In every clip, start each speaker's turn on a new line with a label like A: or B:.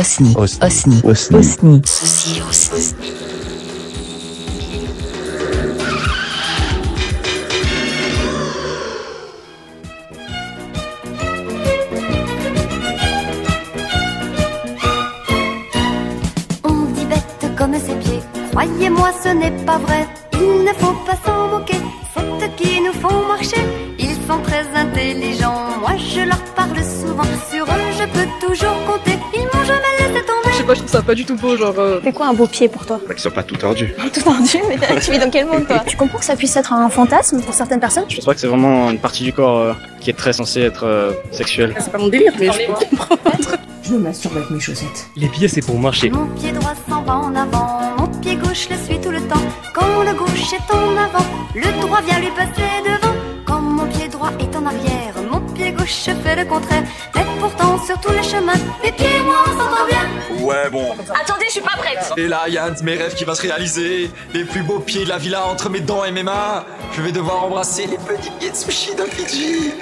A: Osni.
B: Osni.
A: Osni.
C: Osni.
A: Osni. Ceci est Osni.
D: On dit bête comme ses pieds. Croyez-moi, ce n'est pas vrai. Il ne faut pas s'en moquer. Celles qui nous font marcher, ils sont très intelligents. Moi, je leur parle souvent. Sur eux, je peux toujours compter. Ils m'ont jamais laissé tomber.
E: Je sais pas, je trouve ça pas du tout beau, genre. euh,
F: C'est quoi un beau pied pour toi
G: Bah, qu'ils soient pas tout tordus.
F: Tout tordu, mais tu vis dans quel monde toi Tu comprends que ça puisse être un fantasme pour certaines personnes
H: Je pense pas que c'est vraiment une partie du corps euh, qui est très censée être euh, sexuelle.
E: C'est pas mon délire, mais je comprends.
I: Je me masturbe avec mes chaussettes.
B: Les pieds, c'est pour marcher.
D: Mon pied droit s'en va en avant, mon pied gauche le suit tout le temps. Quand le gauche est en avant, le droit vient lui passer devant. Quand mon pied droit est en arrière, mon pied gauche fait le contraire. Mais pourtant, sur tout le chemin, mes pieds et moi on s'entend bien.
J: Ouais, bon.
F: Attendez, je suis pas prête
J: Et là, y a un de mes rêves qui va se réaliser. Les plus beaux pieds de la villa entre mes dents et mes mains. Je vais devoir embrasser les petits pieds de sushi de Fidji.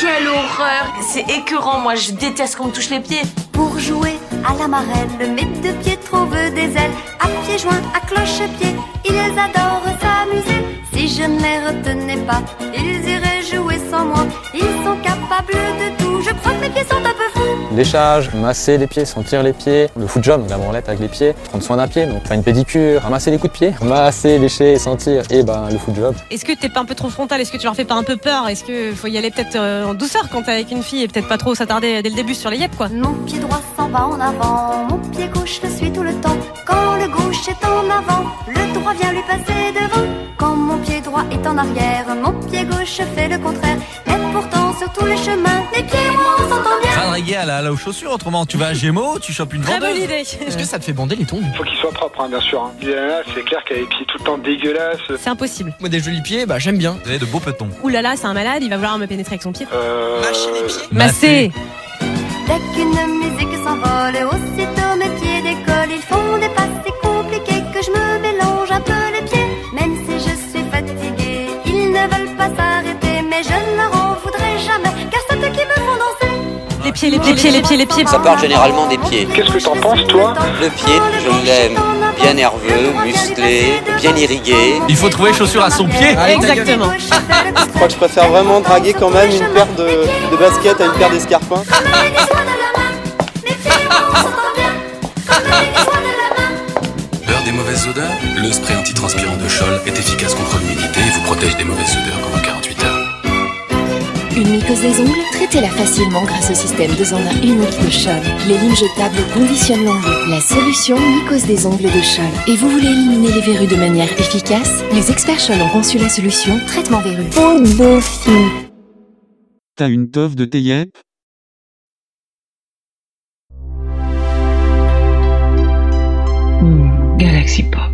F: Quelle horreur C'est écœurant, moi je déteste qu'on me touche les pieds.
D: Pour jouer à la marelle, mes deux pieds trouvent des ailes. À pieds joints, à cloche-pied, ils adorent s'amuser. Si je ne les retenais pas, ils iraient jouer sans moi. Ils sont capables de tout, je crois que mes pieds sont un peu fous.
K: Léchage, masser les pieds, sentir les pieds, le foot job, la branlette avec les pieds, prendre soin d'un pied, donc faire une pédicure, ramasser les coups de pied, masser, lécher, et sentir, et ben le foot job.
L: Est-ce que t'es pas un peu trop frontal Est-ce que tu leur fais pas un peu peur Est-ce que faut y aller peut-être euh, en douceur quand t'es avec une fille et peut-être pas trop s'attarder dès le début sur les yeux quoi
D: Mon pied droit s'en va en avant, mon pied gauche le suit tout le temps. Quand le gauche est en avant, le droit vient lui passer devant. Quand mon pied droit est en arrière, mon pied gauche fait le contraire. Mais pourtant, sur tous les chemins, les pieds et moi, on s'entend bien.
M: Travailler à la halle aux chaussures, autrement tu vas à Gémeaux, tu chopes une
L: Très bonne
M: vendeuse.
L: idée
B: Est-ce que ça te fait bander les tongs
G: Faut qu'ils soient propres, hein, bien sûr. hein. Il y en a, c'est clair qu'elle a les pieds tout le temps dégueulasses.
L: C'est impossible.
B: Moi, des jolis pieds, bah j'aime bien.
M: Vous avez de beaux petons.
L: Ouh là là, c'est un malade, il va vouloir me pénétrer avec son pied.
G: Euh...
L: Massé
D: Dès qu'une musique s'envole, aussitôt mes pieds décollent. Ils font des pas si compliqués que je me mélange un peu les pieds. Même si je suis fatiguée, ils ne veulent pas s'arrêter. Mais je ne leur en voudrais jamais, car c'est eux qui me font danser.
L: Les pieds, les pieds, les pieds, les pieds, les pieds.
D: Ça part généralement des pieds.
G: Qu'est-ce que t'en penses, toi
D: Le pied, je l'aime. Bien nerveux, musclé, bien irrigué.
M: Il faut trouver chaussures à son pied.
L: Exactement.
D: je
C: crois que je préfère vraiment draguer quand même une paire de, de baskets à une paire d'escarpins.
J: L'heure des mauvaises odeurs Le spray antitranspirant de Scholl est efficace contre l'humidité et vous protège des mauvaises odeurs pendant 48 heures.
A: Une mycose des ongles, traitez-la facilement grâce au système 2 en 1 unique de Scholl. Les limes jetables conditionnent l'ongle. La solution mycose des ongles de Scholl. Et vous voulez éliminer les verrues de manière efficace Les experts Scholl ont conçu la solution traitement verrues.
C: T'as une teuf de Teyep
I: Hmm, Galaxy Pop.